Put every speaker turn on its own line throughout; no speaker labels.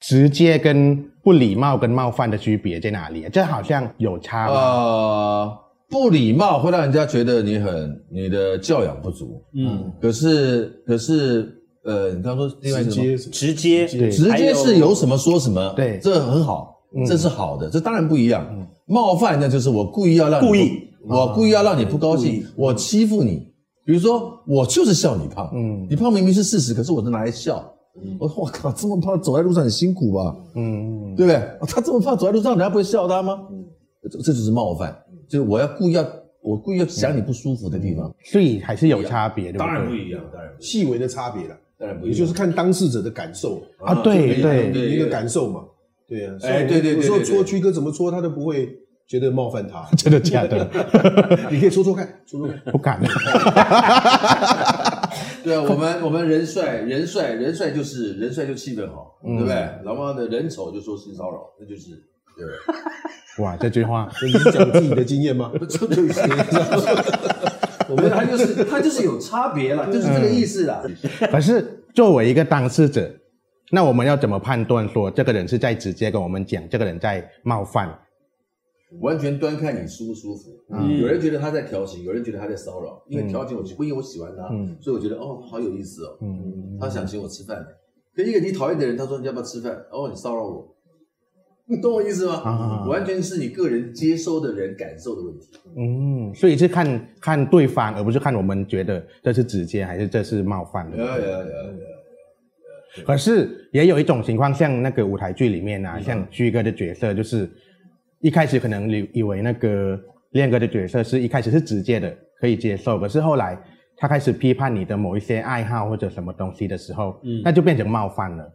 直接跟不礼貌跟冒犯的区别在哪里？这好像有差吧？
呃，不礼貌会让人家觉得你很你的教养不足。
嗯，
可是可是呃，你刚说另外一
直
个什么
接是
直接
对
直接是有什么说什么，
对嗯
这很好，这是好的，这当然不一样。冒犯那就是我故意要让你
故意，
我故意要让你不高兴，
啊
我欺负你。比如说，我就是笑你胖，
嗯
你胖明明是事实，可是我是拿来笑。我说我靠，这么胖走在路上很辛苦吧？
嗯，
对不对？啊他这么胖走在路上，人家不会笑他吗？这这就是冒犯，就是我要故意要我故意要想你不舒服的地方。
所以还是有差别，对不对？
当然不一样，当然不一样细微的差别了，
当然不一
也
样
就是看当事者的感受
啊，对对，
你一个感受嘛，对啊，
哎
像
对对对
我
对
说
对
戳曲哥怎么戳，他都不会觉得冒犯他，
真的假的？
你可以戳戳看，戳戳看，
不敢。
对啊，我们我们人帅人帅人帅就是人帅就气氛好，对不对？然后呢，人丑就说性骚扰，那就是对不对。
哇，这句话
你是讲自己的经验吗？
这就是性骚扰我们他就是他就是有差别啦，就是这个意思啦。
可是作为一个当事者，那我们要怎么判断说这个人是在直接跟我们讲，这个人在冒犯？
完全端看你舒不舒服。
嗯
有人觉得他在调情，有人觉得他在骚扰。因为调情我喜，因为我喜欢他，
嗯
所以我觉得哦，好有意思哦。
嗯
他想请我吃饭，跟一个你讨厌的人，他说你要不要吃饭？哦，你骚扰我， 你懂我意思吗？
啊
完全是你个人接收的人感受的问题。
嗯，所以是看看对方，而不是看我们觉得这是直接还是这是冒犯的。
有有有有，
可是也有一种情况，像那个舞台剧里面
嗯
啊，像旭哥的角色，就是一开始可能以以为那个亮哥的角色是一开始是直接的，可以接受，可是后来他开始批判你的某一些爱好或者什么东西的时候，
嗯
那就变成冒犯了。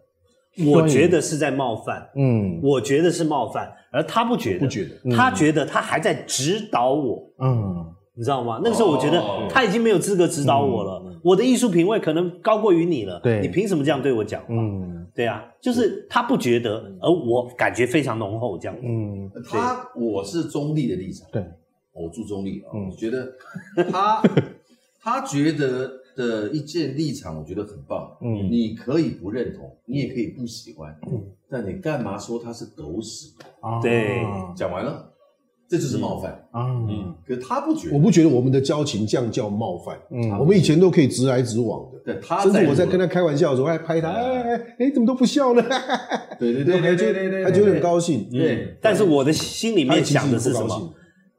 我觉得是在冒犯，
嗯
我觉得是冒犯，而他不觉得，
不觉得
他觉得他还在指导我，
嗯
你知道吗？那个时候我觉得
哦
他已经没有资格指导我了，我的艺术品味可能高过于你了，
对
你凭什么这样对我讲话？
嗯
对啊，就是他不觉得，而我感觉非常浓厚，这样。
嗯，
他我是中立的立场，
对，
我注中立啊，
嗯
我觉得 他他觉得的一件立场，我觉得很棒。
嗯
你可以不认同，你也可以不喜欢，
嗯
但你干嘛说他是狗屎？
啊
对
讲完了，这就是冒犯。
啊嗯
嗯
可是他不觉
我
得，
不觉得我们的交情这样叫冒犯，
嗯
我们以前都可以直来直往的。
对，他
甚至我在跟
他，
他开玩笑的时候，还拍他，哎哎哎，你怎么都不笑呢？
对对对
然后
对对
他就
对对，
他就有点高兴。嗯
对，
但是我的心里
他
面
其实
想的是什
不高兴
么？？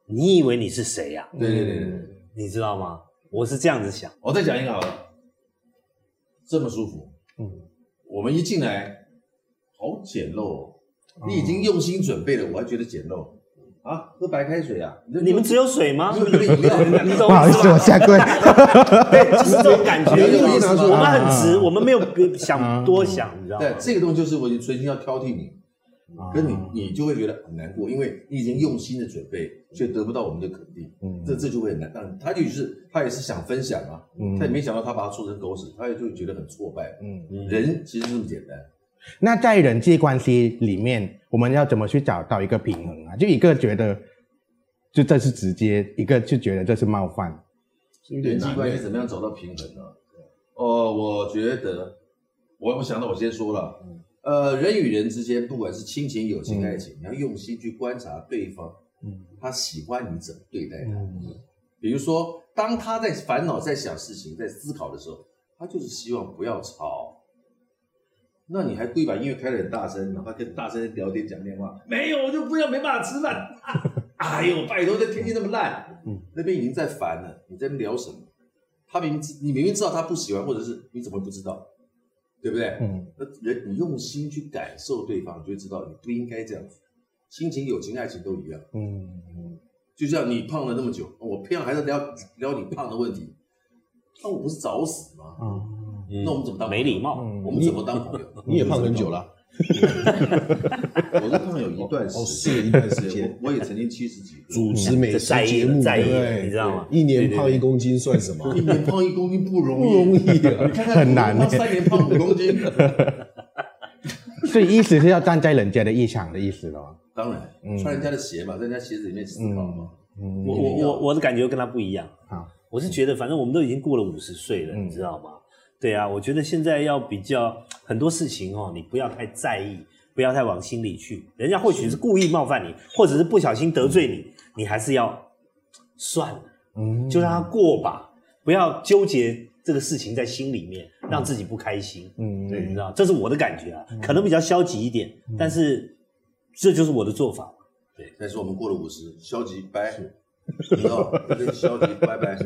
你以为你是谁呀、
对对对对对。
你知道吗？我是这样子想，
我再讲一个好了，这么舒服，
嗯
我们一进来，好简陋哦，你已经用心准备了，我还觉得简陋啊，喝白开水啊，
你们只有水 吗？
你们饮 料，
你懂
不好
我
意
意思
思，我
吧？
下 跪。
对，就是这种感觉。
你
你
有
意
意
思
思嗯
吗
我们
吗？
很直，
啊
我们没有想多想，你知道吗
对，？这个东西就是我已经存心要挑剔你，可是你
啊
你就会觉得很难过，因为你已经用心的准备，却得不到我们的肯定，
嗯
这这就会很难。但他就是他也是想分享啊，
嗯
他也没想到他把它说成狗屎，他也就觉得很挫败。
嗯，
人其实这么简单，
那在人际关系里面，我们要怎么去找到一个平衡啊？就一个觉得就这是直接，一个就觉得这是冒犯。
有
人
点
际
难
关系
欸。
怎么样找到平衡呢、呃，我觉得，我我想到我先说了，呃，人与人之间，不管是亲情、友
嗯
情、爱情，你要用心去观察对方，
嗯
他喜欢你怎么对待他。
嗯
比如说，当他在烦恼、在想事情、在思考的时候，他就是希望不要吵。那你还故意把音乐开得很大声，哪怕跟大声聊天讲电话，没有，我就不要没办法 吃饭。哎呦，拜托，这天气那么烂，
嗯
那边已经在烦了，你在那边聊什么？他明明知你明明知道他不喜欢，或者是你怎么会不知道？对不对？
嗯
那人你用心去感受对方，你就会知道你不应该这样子。亲情、友情、爱情都一样。
嗯，
就像你胖了那么久，哦我偏要还在聊聊你胖的问题，那我不是找死吗？
哦，
那我们怎么当朋友
没礼貌？
嗯
我们怎么当朋友？
你也胖很久了，
我是胖有一段时
哦，
间，
是一段时
对
间，
我我也曾经七十几
主
公斤，
持美
嗯
食
在意
节
了
目，
在意
对不
了
对
你知道吗
一年胖一公斤算什 么？
一年胖一公斤不容易，
不容易啊
你看看
很难
我胖三年胖五公 斤，
所以意思是要站在人家的立场的意思咯。
当然
嗯
穿人家的鞋嘛，在人家鞋子里面思考嘛。
嗯
我我我我的感觉跟他不一样
好。
我是觉得，反正我们都已经过了五十岁了，
啊嗯
你知道吗？对啊，我觉得现在要比较很多事情哦，你不要太在意不要太往心里去。人家或许是故意冒犯你，或者是不小心得罪你，你还是要算了，
嗯
就让它过吧，不要纠结这个事情在心里面，让自己不开心。
嗯
对，你知道，这是我的感觉啊，可能比较消极一点，但是这就是我的做法。
对，但是我们过了五十，消极拜，你知道，跟消极拜拜，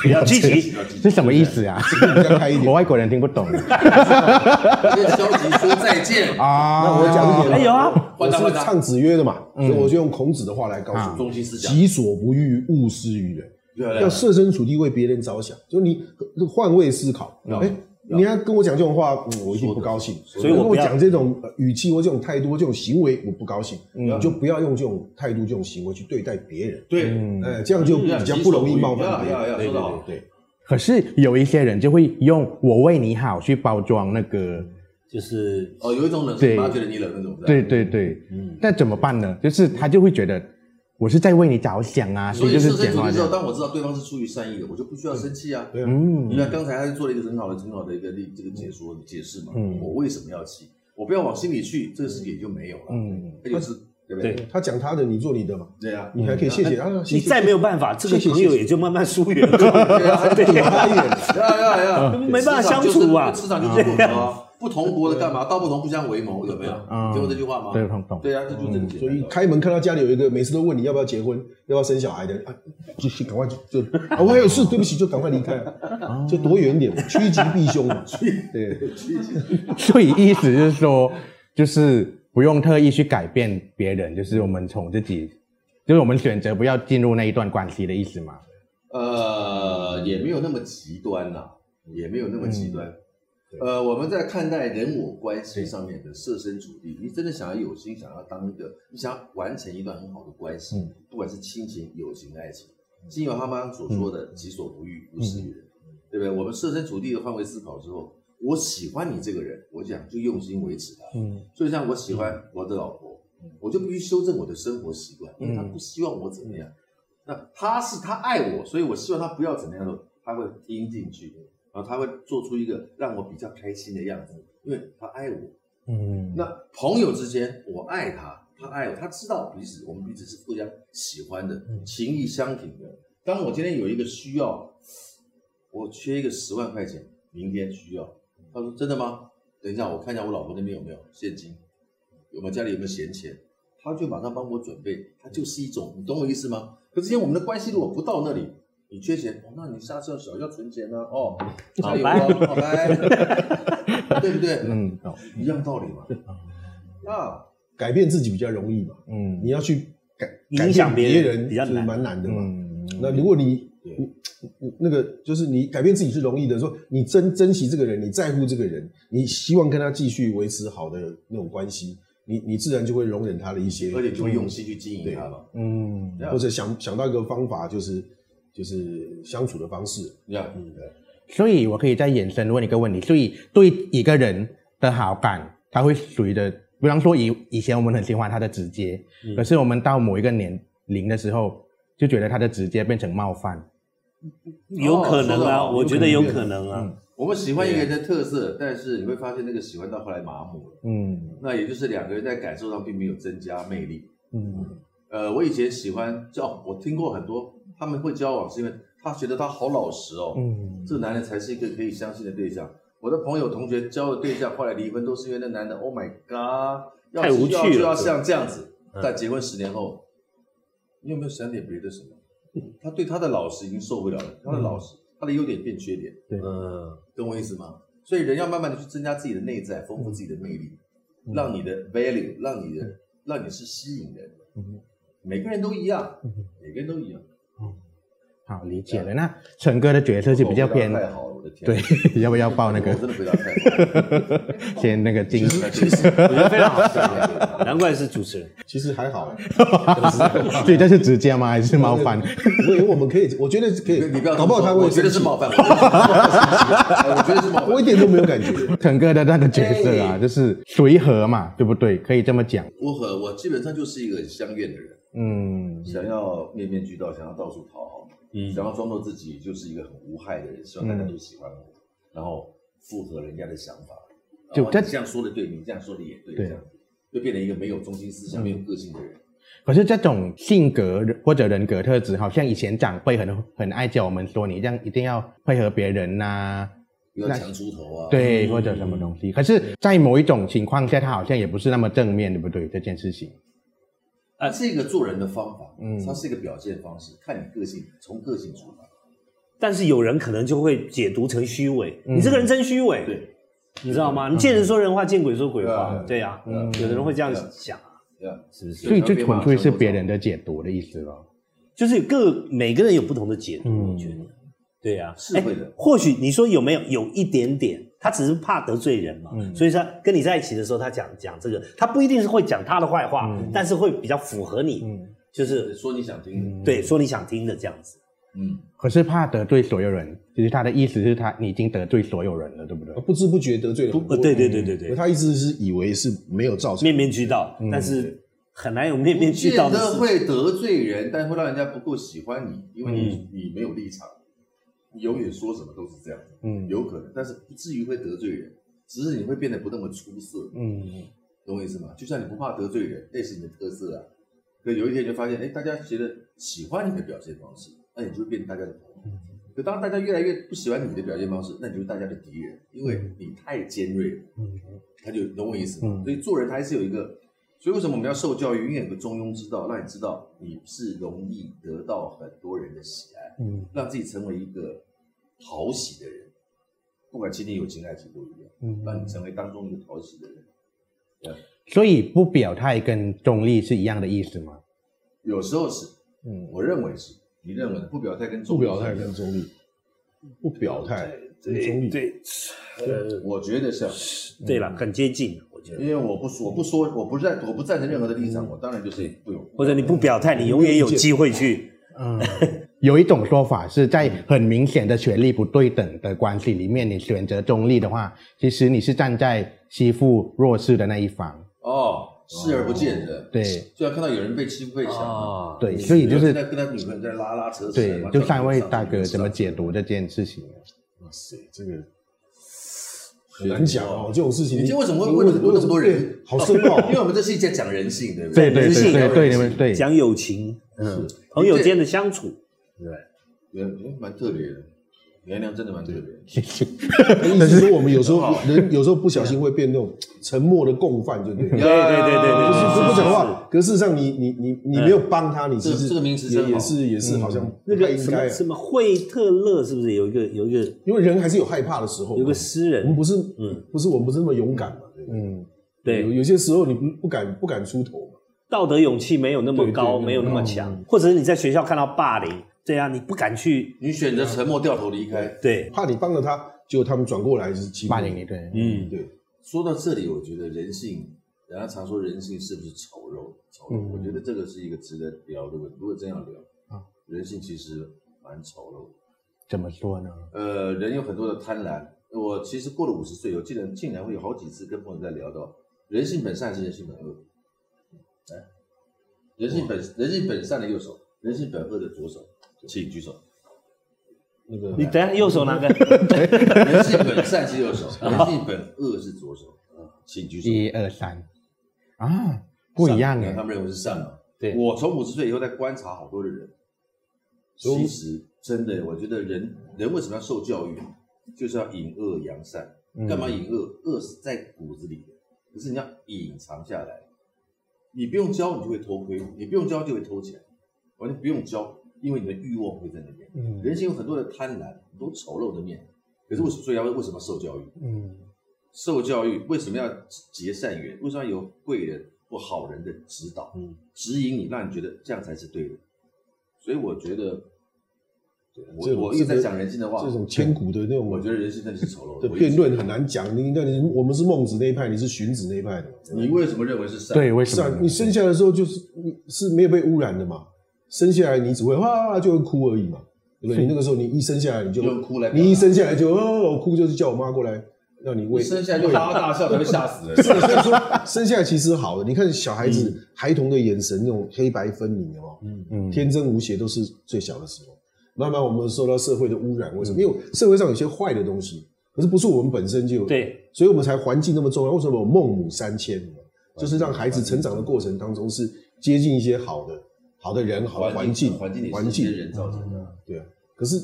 比较积极，
要积极
是什么意？思啊？
比较开 一
我
点。
外国人听不懂，
跟消极说再见
啊。
那我讲一点
哎有啊，
我
换
是
他换他，
唱子曰的嘛，所以我就用孔子的话来告诉你：
中心思想，
己所不欲，勿施于人。
漂
要
亮，
设身处地为别人着想，就你换位思考。
要
哎，你要跟我讲这种话，嗯我一定不高兴。
说
得所以
你
我
跟
不
我
要
讲这种呃语气或这种态度、或这种行为，我不高兴。你就不要用这种态度、这种行为去对待别人。
对，
嗯
哎，这样就比较不容易冒犯别
要要
人。
要
对
说得好
对对，
可是有一些人就会用“我为你好”去包装那个，
就是
哦，有一种冷，
对
妈觉得你冷那种，不
对，对对，那怎么办呢？就是他就会觉得我是在为你着想啊，
所
所以
以
就是
设身
讲
处
话
地
这
之
样。
后，当我知道对方是出于善意的，我就不需要生气啊。
对啊
嗯
你看刚才他做了一个很好的、很好的一个例，这个解说解释嘛，
嗯
我为什么要气？我不要往心里去，这个事情也就没有了。
嗯，
那就是对不对？
对
他讲他的，你做你的嘛，
对啊，
你还可以谢谢啊。谢
你
谢
再没有办法，这个
谢谢
朋友也就慢慢疏远
对啊
了。对
走开一点
呀呀呀，
没办法相处啊
市场就是不同啊，不同国的干嘛？道不同不相为谋，有没有
嗯？
听过这句话吗？
对，懂懂。
对啊，这就这么简单。
嗯所以开门看到家里有一个每次都问你要不要结婚、要不要生小孩的，啊，就就赶快就就啊，我还有事，对不起，就赶快离开，
嗯
就躲远点，趋吉避凶嘛。对，
所以意思就是说，就是不用特意去改变别人，就是我们从自己，就是我们选择不要进入那一段关系的意思嘛。
呃，也没有那么极端呐、也没有那么极端。呃，我们在看待人我关系上面的设身处地，你真的想要有心，想要当一个，你想要完成一段很好的关系，
嗯
不管是亲情、友情、爱情，经由他妈妈所说的“己所不欲，勿施于人”，对不对？我们设身处地的换位思考之后，我喜欢你这个人，我想就用心维持他。
嗯
就像我喜欢我的老婆，我就必须修正我的生活习惯，因为她不希望我怎么样。那她是她爱我，所以我希望她不要怎么样的时候，她会听进去，然后她会做出一个让我比较开心的样子，因为她爱我。
嗯
那朋友之间，我爱他，他爱我，他知道彼此，我们彼此是互相喜欢的，
嗯
情谊相挺的。当我今天有一个需要，我缺一个十万块钱，明天需要，他说真的吗？等一下，我看一下我老婆那边有没有现金，有没有家里有没有闲钱，他就马上帮我准备，他就是一种，你懂我意思吗？可是因为我们的关系如果不到那里。你缺钱，哦，那你下次要少要存钱呢、啊，哦，加油啊，好拜， 对不对？
嗯懂
一样道理嘛。啊那
改变自己比较容易嘛，
嗯
你要去改
影响
改变
别
别
人
人
比较
就是
难
蛮难的嘛。
嗯
那如果你
对
你你那个就是你改变自己是容易的，说你珍珍惜这个人，你在乎这个人，你希望跟他继续维持好的那种关系，你你自然就会容忍他的一些，
而且就用心去经营它嘛。
嗯
对啊
或者想想到一个方法，就是就是相处的方式。
你看，对
所以我可以再延伸问一个问题：所以对一个人的好感，他会随着，比方说以以前我们很喜欢他的直接，
嗯
可是我们到某一个年龄的时候，就觉得他的直接变成冒犯。
有可
哦
能
说得
啊，
好
我觉得有可能啊。
我们喜欢一个人的特色，但是你会发现那个喜欢到后来麻木了。
嗯
那也就是两个人在感受上并没有增加魅力。
嗯
呃，我以前喜欢交，我听过很多他们会交往是因为他觉得他好老实哦，
嗯
这个男人才是一个可以相信的对象。我的朋友、同学交的对象后来离婚，都是因为那男的，Oh my god，要
太无趣了
要就要像这样子。
嗯
但结婚十年后，你有没有想点别的什么？他对他的老实已经受不了了，他的老实，他的优点变缺点，
嗯，
懂我意思吗？所以人要慢慢的去增加自己的内在，丰富自己的魅力，
嗯
让你的 value，让你的让你是吸引人的。
嗯
每个人都一样
嗯，
每个人都一样。
好理解了。那陈哥的角色是比较偏
哦我，回答太好了，我的天！
对，， 要不要报那
我
个
真的回答太好了。
先那个金？
其实我觉得非常 好。
难怪是主持人。
其实还 好，啊
所以这是直接吗？还是冒犯？
我以为我们可以，我觉得可以，
你不要这么说
搞不好他会
我觉得
生
是
气，
冒犯，我 觉得是冒犯我 觉得是冒
我
犯。
一点都没有感觉。
陈哥的那个角色啊，就是随和嘛，对不对？可以这么讲。
我和我基本上就是一个很相怨的人，
嗯
想要面面俱到，想要到处讨好，
嗯
想要装作自己就是一个很无害的人，希望大家都喜欢我，然后附和人家的想法。哦
就
然后
这
你这样说的对，你这样说的也对，
对
这样子就变成一个没有中心思想、没有个性的人。
可是这种性格或者人格特质，好像以前长辈很很爱教我们说，你这样一定要配合别人呐、
比如说强出头啊，
对，
嗯
或者什么东西。可是，在某一种情况下，他好像也不是那么正面，对不对？这件事情，
啊，是一个做人的方法，
嗯
它是一个表现方式，看你个性，从个性出发。
但是有人可能就会解读成虚伪，
嗯
你这个人真虚伪，
对，
你知道吗？你见人说人话，见鬼说鬼话，
嗯
对呀，
嗯
有的人会这样想啊，
对吧？
是不是？
所以这纯粹是别人的解读的意思咯。
就是各每个人有不同的解
嗯
读，我觉得，对呀，
是会的
哎或许你说有没有有一点点，他只是怕得罪人嘛，
嗯
所以他跟你在一起的时候，他讲讲这个，他不一定是会讲他的坏话，
嗯
但是会比较符合你，
嗯，
就是
说你想听的，
对说你想听的这样子。
嗯，
可是怕得罪所有人，其实他的意思是他你已经得罪所有人了，对不对？
不知不觉得罪了
不
很多人。
对对对对对
他一直是以为是没有造成
面面俱到，但是很难有面面俱到
见
的
得
事情。
会得罪人，但会让人家不够喜欢你，因为你
嗯
你没有立场，你永远说什么都是这样子，
嗯
有可能，但是不至于会得罪人，只是你会变得不那么出色，
嗯
懂我意思吗？就像你不怕得罪人，那是你的特色啊。可有一天你就发现，哎，大家觉得喜欢你的表现方式，那你就会变成大家的朋友。
嗯
可当大家越来越不喜欢你的表现方式，那你就是大家的敌人，因为你太尖锐了。
嗯
他就懂我意思吗？
嗯
所以做人他还是有一个，所以为什么我们要受教育？因为有个中庸之道，让你知道你是容易得到很多人的喜爱，
嗯
让自己成为一个讨喜的人，不管亲情、友情、爱情都一样，
嗯
让你。成为当中一个讨喜的人。
所以不表态跟中立是一样的意思吗？
有时候是，
嗯
我认为是，你认为呢不表态跟
不
中立
表态跟中立，不表态跟中
对
立，
对，呃，
我觉得像，
对了，很接近，我觉得
因。为我不说，我不说，我不赞，我不赞成任何的立场，我当然就是不有，
或者你不表态，你永远有机会去。
嗯，有一种说法是在很明显的权力不对等的关系里面，你选择中立的话，其实你是站在欺负弱势的那一方。
哦，视而不见的，
对
就要看到有人被欺负被抢啊。
对，所以就是
在跟他女朋友在拉拉扯扯，
对
然，后
就
跳到
三位
上
大
去
哥怎么
上去
解读这件事情？啊
哇塞，这个很难讲哦，这种事情
你今天为什么会问问这么多人？
对好深奥啊
哦因为我们这是一在讲人性，对不
对对
人
对
性
对
有
对，你们对，
讲友情，嗯，朋友间的相处，
对，嗯蛮特别的，娘娘真的蛮特别的。
意思是说我们有时候
很好
人有时候不小心会变那种沉默的共犯，就对了。
对对对对对，
就是
是
不不讲，
是是
话，可是事实上你你你你没有帮他，你其
这
实
这个名词真
也
好
也是也是好像
那
不太
个
应
什
该
么
啊，
什么惠特勒是不是有一个有一个
因为人还是有害怕的时候嘛。
有个诗
我们
人？
不是
嗯
不是我们不是那么勇敢嘛，对不对
嗯，
有
对，
有些时候你不不敢不敢出头嘛，
道德勇气没有那么
对
高，
对对
没有那么
嗯
强，或者是你在学校看到霸凌，对啊，你不敢去，
你选择沉默掉头离开。
对，
怕你帮了他，结果他们转过来就是欺负
霸凌你，对，
嗯，
对，
说到这里，我觉得人性，人家常说人性是不是丑陋？丑陋，
嗯
我觉得这个是一个值得聊的问题。如果真要聊
啊，
人性其实蛮丑陋的。
怎么说呢？
呃，人有很多的贪婪。我其实过了五十岁，我竟然竟然会有好几次跟朋友在聊到人性本善还是人性本恶。来，人性本人性本善的右手，人性本恶的左手，请举手。
那个
你等一下右手拿 个，
人性本善是右手，人性本恶是左手，请举手。
一二三，啊，不一样
善
嗯
哎
他，们认为是善嘛？
对
我从五十岁以后在观察好多的人，
所以我
其
们
实真的，我觉得人人为什么要受教育，就是要引恶扬善。
嗯
干嘛隐恶？恶是在骨子里的，可是你要隐藏下来。你不用教，你就会偷窥；你不用教，就会偷钱。完全不用教，因为你的欲望会在那边。
嗯
人性有很多的贪婪，很多丑陋的面。可是为什么？所以要为什么受教育？
嗯
受教育为什么要结善缘？为什么要有贵人或好人的指导、
嗯
指引你，让你觉得这样才是对的？所以我觉得，
这
我
种
我一直
这
在
个
讲人性的话，
这种千古的那种
我觉得人性真的是丑陋
的
我一直
辩论很难讲。你看，你我们是孟子那一派，你是荀子那一派的嘛，
你为什么认为是善？
对，为
是
什
啊
么？，
你生下来的时候就是你是没有被污染的嘛，生下来你只会哇就会哭而已嘛，对不对？你那个时候你一生下来你就
用哭来表达
你一生下来就哦哭就是叫我妈过来让你喂
一，生下来就哈哈大笑才会吓死人。
所以说生下来其实好的，你看小孩子、孩童的眼神那种黑白分明的哦，
嗯
天真无邪都是最小的时候。慢慢我们受到社会的污染，为什么？因为社会上有些坏的东西，可是不是我们本身就有，
对，
所以我们才环境那么重要。为什么有孟母三迁？就是让孩子成长的过程当中是接近一些好的、好的人、好的环境、
环境也是
环
一些
境。
人造成的啊。
对啊，可是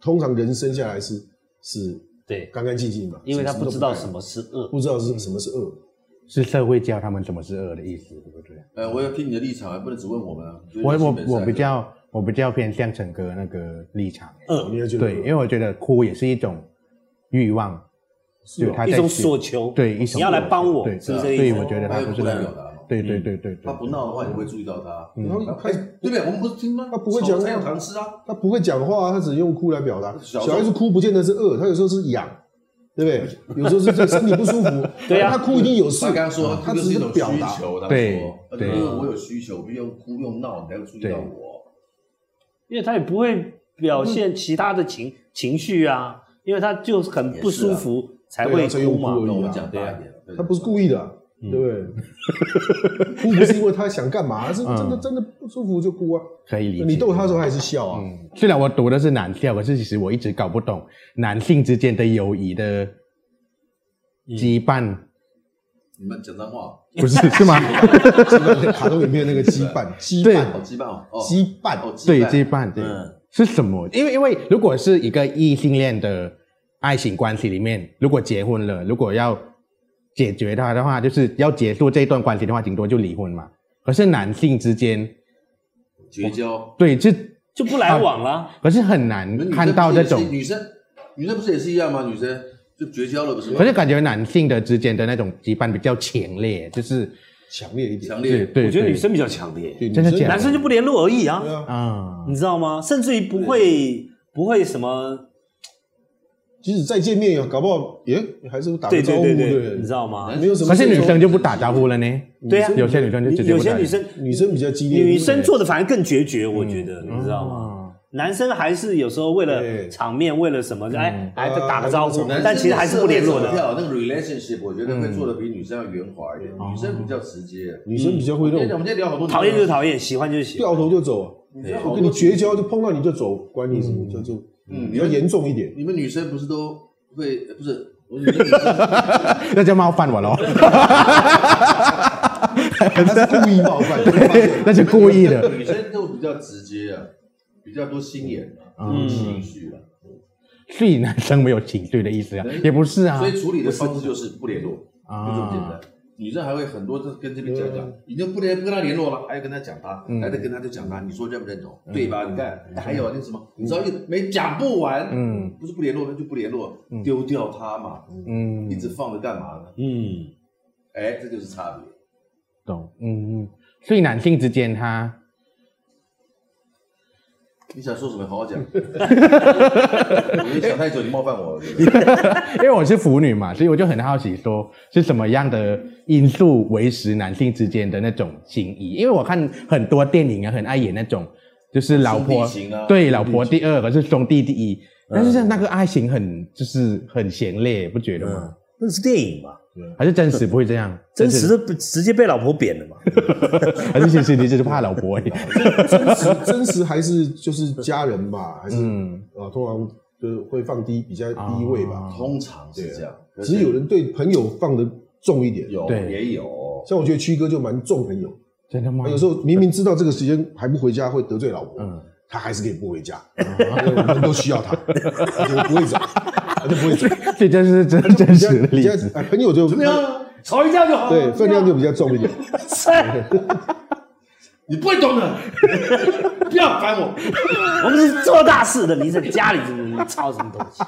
通常人生下来是是
对，
干干净净嘛，
因为他不知道什
么，
么是恶，
不知道是什么是恶。
是社会教他们什么是恶的意思，对不对？
呃，我要听你的立场，还不能只问我们啊。
我
就是
我
基本上
我比较我比较偏向陈哥那个立场，啊
我
恶
应该觉得
对，因为我觉得哭也是一种欲望，
是
就
吧
他
一
在
种
学
所求，
对一种
你要来帮我，
对
是不
对
是这
所
个意
以
思
我？觉得他
他又
不是
不代
那
表
个，
的啊，
对对对对对，
他不闹的话，你会注意到他。
嗯
然后
他
他
对不对？我们不是听吗？
他不会讲
讲菜有糖吃啊。
他不会讲话，他只用哭来表达。
小
小
时候
孩子哭不见得是饿，他有时候是痒，对不对？有时候是这身体不舒服。
对啊
他哭一定有事。
他刚刚说，
啊他
这
只
个是一
是
种需
表达。
求，他
对
说，他
对
说因为我有需求，我必须用哭用闹，你才会注意到我。
因为他也不会表现其他的情情绪啊，因为他就是很不舒服才
对
会
啊这用
哭
哭
嘛
而已。
那
啊
我们讲大一点，对
他不是故意的啊，
嗯
对不对？ 哭不是因为他想 干嘛，是
嗯
真的真的不舒服就哭啊。
可以理解。
你逗他的时候还是笑啊，
嗯，虽然我读的是男校，可是其实我一直搞不懂男性之间的友谊的羁绊，
你们讲脏话，
不是是吗？
是不是卡通影片那个羁 绊，羁
对
绊
好，羁绊哦，哦
羁
哦
绊，
对，
绊
羁绊，对，
嗯
是什么？因为因为如果是一个异性恋的爱情关系里面，如果结婚了，如果要解决它的话，就是要结束这段关系的话，顶多就离婚嘛。可是男性之间，
绝交。
对，这
就不来往了。
可是很难看到这种，
女生，女生不是也是一样吗？女生就绝交了，不是吗？
可是感觉男性的之间的那种羁绊比较强烈，就是
强烈一点，
强
对
烈，
对，
我觉得
对
女生比较强烈，
对
真的
女生
假的
男生就不联络而已啊
对，啊。
啊，
你知道吗？甚至于不会不会什么，
即使再见面也搞不好也还是打个
对
招
对
呼，
对
不
对，你知道吗？
没有什么。
可是女生就不打招呼了呢，
对啊，
有些女生就直接
有
不打
些女生
女生比较激烈，
女生做的反而更决绝，我觉得，你知道吗？
吗？
男生还是有时候为了
对
场面，为了什么，哎，还
啊
打个招呼
男
男，生
但其实还是不联络
社会
的。
走跳那个 relationship，我觉得
嗯
会做的比女生要圆滑一点，女生比较直接。
女生比较会
我
那
们
嗯
种
今天聊好多啊
讨厌就是讨厌，喜欢就是喜欢。
掉头就走啊，
厌
就跟你绝交，就碰到你就走，管你什么就就
嗯
比较严重一点。
你们女生不是都会呃 不是？我女生女生
那就冒犯我喽，
他是故意冒犯，
那是故意的。
女生都比较直接啊，比较多心眼啊，
嗯
情绪啊，
所以男生没有情绪的意思啊，也不是啊
所，以处理的方式就是不联络。就这么简
啊
单，。女生还会很多，就跟这边讲讲
嗯，
你就不联不跟他联络了，还哎要跟他讲他，
嗯
还得跟他就讲他，你说认不认同？对吧？你看，还有那什么，你知道一没讲不完，
嗯
不是不联络，那就不联络，丢掉他嘛，
嗯
一，直放着干嘛呢？
嗯，
哎，这就是差别。
懂，嗯嗯，所以男性之间他
你想说什么？好好 讲。我没想太久，你冒犯我了。对不对
因为我是腐女嘛，所以我就很好奇，说是什么样的因素维持男性之间的那种情谊？因为我看很多电影啊，很爱演那种，就是老婆、
兄弟情啊嗯
对老婆第二，可是兄弟第一。但是像那个爱情很就是很闲烈，不觉得吗？
那是电影嘛，
嗯
还是真实不会这 样？
真
啊
实的直接被老婆扁了嘛。
还是其实你只是怕老婆而 已？
真实 真实还是就是家人吧，还是
嗯，
啊，通常就是会放低比较低位
啊
吧。
通常是这样，可
只是有人对朋友放的重一点，
有
对
也有，
像我觉得曲哥就蛮重朋友，
真的吗
他？有时候明明知道这个时间还不回家会得罪老婆，
嗯
他还是可以不回家，因为我们都需要他，他就不会走，他就不会走。
这就是真真
比较
实的例
比较
子。
哎朋友就
怎么样？吵一架就好。
对分量就比较重一 点。
你不会懂的，不要烦我。
我们是做大事的，你在家里操什么东西？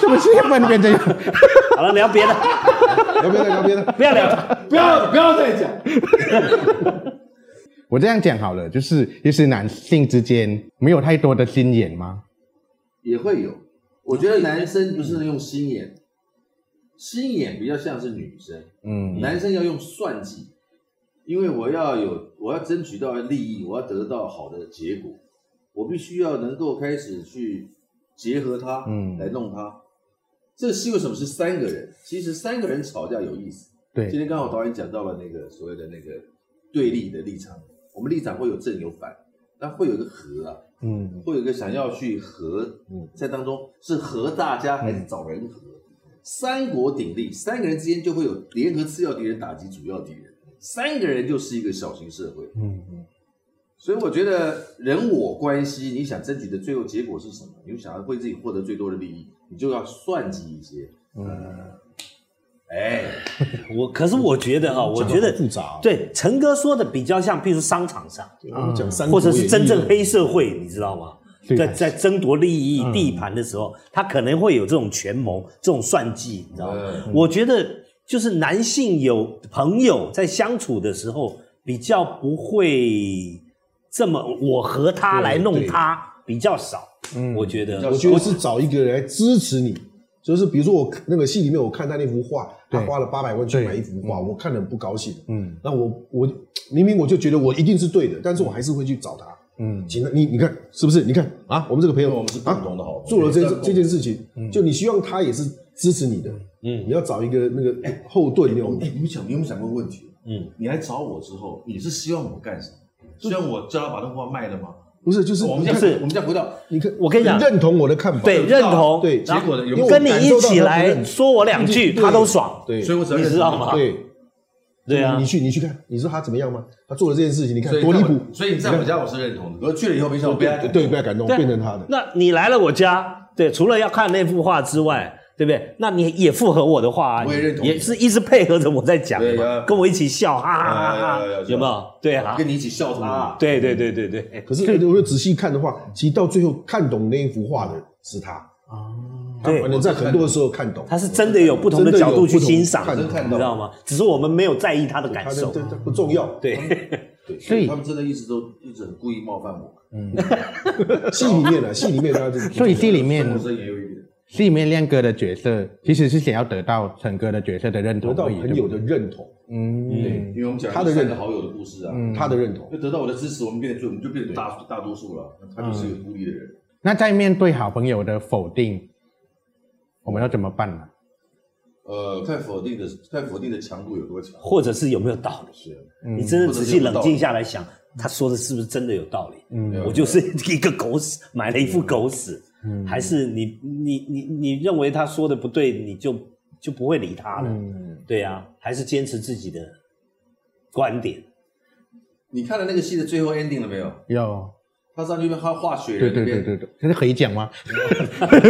怎么气氛变这样？
好了，聊别的，
聊别的，聊别的，
不要聊。
不要不要再讲。
我这样讲好了，就是其实男性之间没有太多的心眼吗？
也会有。我觉得男生不是用心眼，心眼比较像是女生，
嗯，
男生要用算计，因为我要有，我要争取到利益，我要得到好的结果，我必须要能够开始去结合它，
嗯
来弄它。这是为什么是三个人？其实三个人吵架有意思。今
对，
天刚好导演讲到了那个所谓的那个对立的立场，我们立场会有正有反，但会有一个和啊，
嗯，
会有一个想要去和
嗯
在当中是和大家还是找人和？三国鼎立，三个人之间就会有联合次要敌人打击主要敌人，三个人就是一个小型社会。
嗯，
所以我觉得人我关系，你想争取的最后结果是什么？你想要为自己获得最多的利益，你就要算计一些。
嗯
呃，哎，
我可是我觉得哈，我觉得
复杂、哦，
对陈哥说的比较像，譬如商场上，
我
嗯
们讲三国
或者是
演义
真正黑社会，你知道吗？
对
在在争夺利益、
嗯
地盘的时候，他可能会有这种权谋、这种算计，你知道吗？
呃
嗯
我觉得就是男性有朋友在相处的时候，比较不会这么我和他来弄他比较少，
嗯
我觉得
比较
我觉得是找一个人来支持你，就是比如说我那个戏里面，我看他那幅画，他
对
花了八百万去
对
买一幅画，我看得很不高兴。
嗯
那我我明明我就觉得我一定是对的，但是我还是会去找他。
嗯
请他你你看是不是？你看啊，我们这个朋友，
因为我们是共同的好朋友
啊做了这
对共同
这件事情，就你希望他也是支持你的，
嗯
你要找一个那个后盾那种
哎，你们想，你有没有想过问题？
嗯，
你来找我之后，你是希望我干什么？希望我叫他把那画卖了吗？
不是就是
我们
你
再
看
是
我们再回到
你看
我跟你讲
认同我的看法，
对认同，
对
然后
结果呢有
没有
跟你
感
一
受
起
到他不
来
认
说我两句，
对
他都爽，
对，
所以我只要
你知道吗？
对。
对啊
你，去你去看，你知道他怎么样吗？他做了这件事情，你看
所以
多
在
离
我
谱。
所以你在我家我是认同的，我去了以后没想到被他
对对，被他感动，
对啊
变成他的。
那你来了我家，对，除了要看那幅画之外，对不对？那你也符合我的话、啊，
我也认同
也是一直配合着我在讲
对哎
嘛
啊，
跟我一起笑，哈哈哈哈
有有有有，
有没有？对啊，
跟你一哎起笑他。
对对对对对，
可是如果仔细看的话，其实到最后看懂那一幅画的是他，
啊，
他
对
可能在很多的时候看懂。
他是真的有不同的角度去欣赏，
真的有不同
看
你
到
知道吗？只是我们没有在意他的感
他的
受
对，对不重要。
对，
对，
所
所
以
以他们真的一直都一直很故意冒犯我。
嗯，
戏里面啊呢，戏里面他就
所以戏里面
我身也有一点。
戏里面亮哥的角色其实是想要得到陈哥的角色的认同
得到
而已，
朋
对
友
不对
的认同，
嗯
因为我们讲
他的认
三个好友的故事啊，
嗯
他的认同
就得到我的支持，我们变得最，我们就变成大大多数了。那他就是一个孤立的人，
那在面对好朋友的否定，我们要怎么办呢？
呃，看否定的，看否定的强度有多强。
或者是有没有道理？
是，
嗯
你真的仔细冷静下来想，他说的是不是真的有道理？
嗯
嗯
我就是 一个狗屎，买了一副狗屎，
嗯
还是你你你你认为他说的不对，你就就不会理他了，
嗯
对呀、还是坚持自己的观点，
你看了那个戏的最后 ending 了没有？
有
他上去边他画雪
对
人那
对对
边，
对对，可是可以讲吗？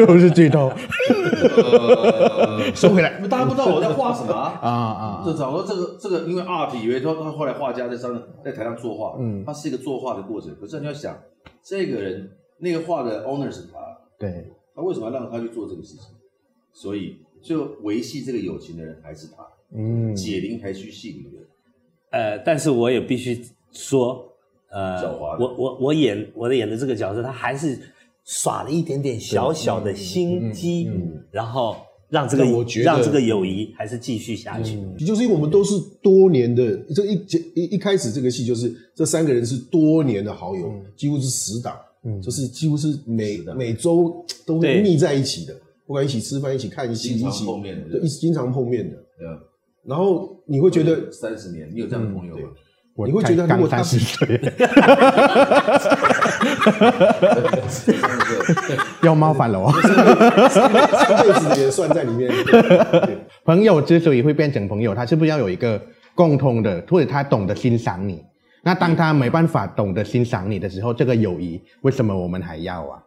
我是剧透
呃，
收回来
大家不知道我在画什么啊。
啊啊
这，找到这个这个，因为 art 以为他他后来画家在上面在台上作画，
嗯
嗯，他是一个作画的过程。可是你要想，这个人那个画的 owner 是他，
对，
他为什么要让他去做这个事情？所以，就维系这个友情的人还是他，
嗯
解铃还须系铃人。
呃，但是我也必须说，呃，
狡猾的
我我我演我的演的这个角色，他还是耍了一点点小小的心机，然后让这个
但我觉得嗯
让这个友谊还是继续下去，
也就是因为我们都是多年的，这一结一一开始这个戏就是这三个人是多年的好友，几乎是死党，
嗯
就是几乎是每
死党
每周都会
对
腻在一起的，不管一起吃饭、一起看戏、
经常
一起
碰面的
对，一起经常碰面的。
对啊，
然后你会觉得
三十年，你有这样的朋友吗？
我
你会觉得
才
如
刚
果他
三十岁，
真的
要冒犯了我。
这辈子也算在里 面，对
啊
对
朋友之所以会变成朋友，他是不是要有一个共通的，或者他懂得欣赏你？那当他没办法懂得欣赏你的时候，这个友谊为什么我们还要啊？
嗯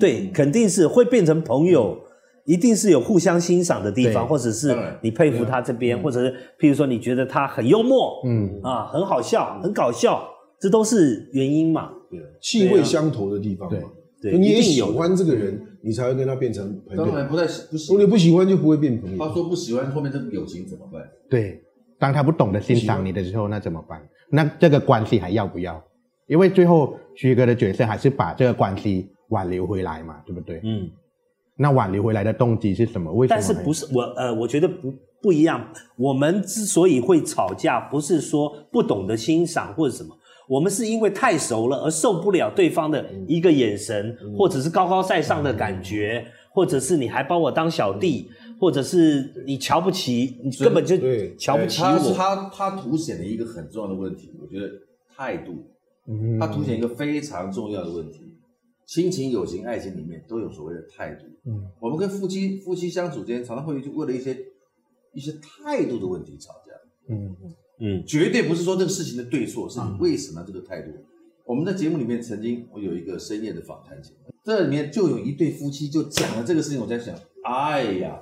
对，肯定是会变成朋友，一定是有互相欣赏的地方，
对
或者是
当然
你佩服他这
啊
边，或者是譬如说你觉得他很幽默，
嗯
啊，很好笑，很搞笑，这都是原因嘛。
对气味相投的地方嘛。
对
就你也
一定
喜
有的
欢这个人，你才会跟他变成朋友。
当然不太喜不
如
喜
果你不喜欢，就不会变朋
他
友。
说不喜欢，后面这个友情怎么办？
对，当他不懂得欣赏你的时候，那怎么办？那这个关系还要不要？因为最后徐哥的角色还是把这个关系挽留回来嘛，对不对？
嗯，
那挽留回来的动机是什么？为什么
但
还？
是不是我呃，我觉得不不一样。我们之所以会吵架，不是说不懂得欣赏或者什么。我们是因为太熟了而受不了对方的一个眼神，或者是高高在上的感觉，或者是你还把我当小弟，或者是你瞧不起，你根本就
对
瞧不起
他是
我。
哎他他凸显了一个很重要的问题，我觉得态度，
嗯
他凸显一个非常重要的问题。亲情、友情、爱情里面都有所谓的态度。
嗯，
我们跟夫妻夫妻相处之间，常常会就为了一些一些态度的问题吵架，
嗯
嗯
绝对不是说这个事情的对错，是你为什么这个态度。我们在节目里面曾经我有一个深夜的访谈节目，这里面就有一对夫妻就讲了这个事情，我在想，哎呀，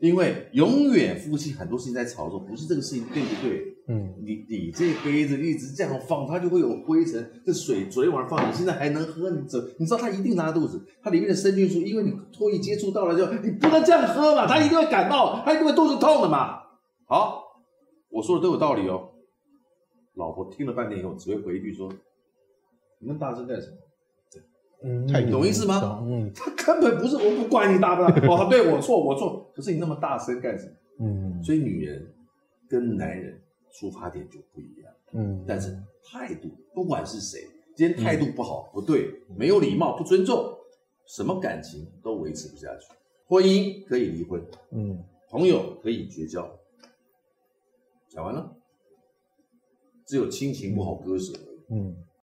因为永远夫妻很多事情在吵说不是这个事情对不对，
嗯
你你这杯子一直这样放，它就会有灰尘。这水昨天晚上放，你现在还能喝，你怎你知道它一定拉肚子，它里面的生菌素，因为你唾液接触到了就，你不能这样喝嘛，它一定会感冒，它一定会肚子痛的嘛。好，我说的都有道理哦。老婆听了半天以后，只会回一句说：“你那么大声干什么？”
嗯，
态度
懂意思吗
懂嗯
他根本不是，我不管你大不大，哦，对我错我错，可是你那么大声干什么？
嗯
所以女人跟男人出发点就不一样。
嗯，
但是态度，不管是谁，今天态度不好、不对、没有礼貌、不尊重，什么感情都维持不下去。婚姻可以离婚，
嗯
朋友可以绝交。讲完了，只有亲情不好割舍而已。
嗯